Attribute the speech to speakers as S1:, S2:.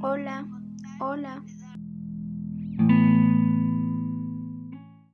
S1: hola, hola.